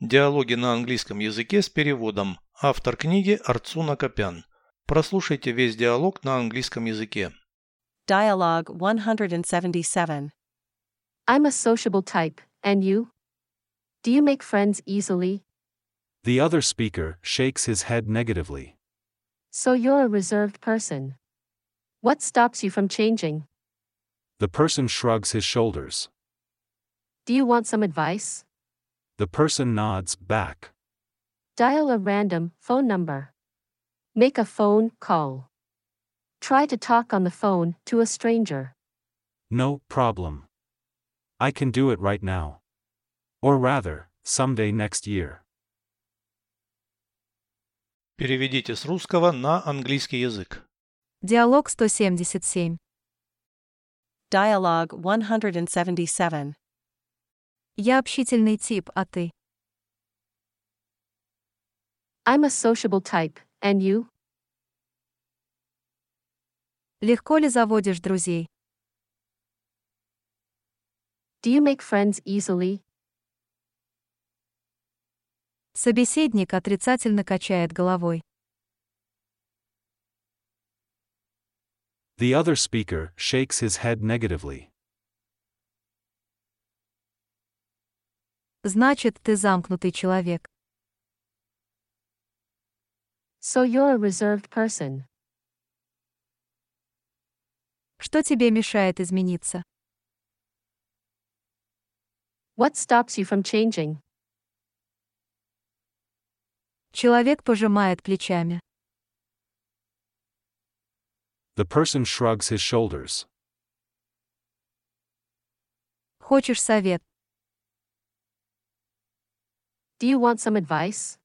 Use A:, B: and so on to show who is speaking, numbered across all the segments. A: Диалоги на английском языке с переводом. Автор книги Арцуна Копян. Прослушайте весь диалог на английском языке.
B: Dialogue 177.
C: I'm a sociable type, and you? Do you make friends easily?
D: The other speaker shakes his head negatively.
C: So you're a reserved person. What stops you from changing?
D: The person shrugs his shoulders.
C: Do you want some advice?
D: The person nods back.
C: Dial a random phone number. Make a phone call. Try to talk on the phone to a stranger.
D: No problem. I can do it right now. Or rather, someday next year.
A: Переведите с русского на английский язык.
E: Диалог 177.
B: Dialogue 177.
E: Я общительный тип, а ты?
C: I'm a sociable type, and you?
E: Легко ли заводишь друзей?
C: Do you make friends easily?
E: Собеседник отрицательно качает головой.
D: The other speaker shakes his head negatively.
E: Значит, ты замкнутый человек.
C: So you're a reserved person.
E: Что тебе мешает измениться?
C: What stops you from changing?
E: Человек пожимает плечами.
D: The person shrugs his shoulders.
E: Хочешь совет?
C: Do you want some advice?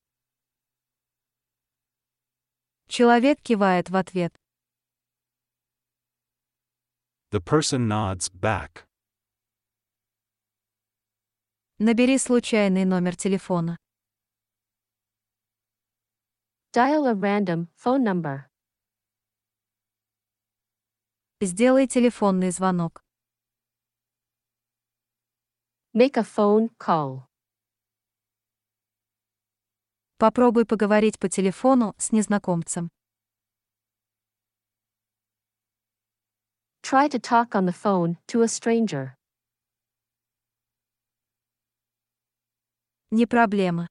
E: Человек кивает в ответ.
D: The person nods back.
E: Набери случайный номер телефона.
C: Dial a random phone number.
E: Сделай телефонный звонок.
C: Make a phone call.
E: Попробуй поговорить по телефону с незнакомцем.
C: Try to talk on the phone to a stranger.
E: Не проблема.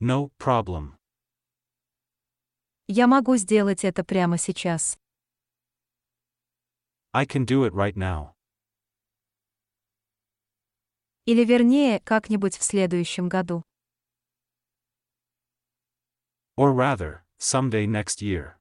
D: No problem.
E: Я могу сделать это прямо сейчас.
D: I can do it right now.
E: Или вернее, как-нибудь в следующем году.
D: Or rather, someday next year.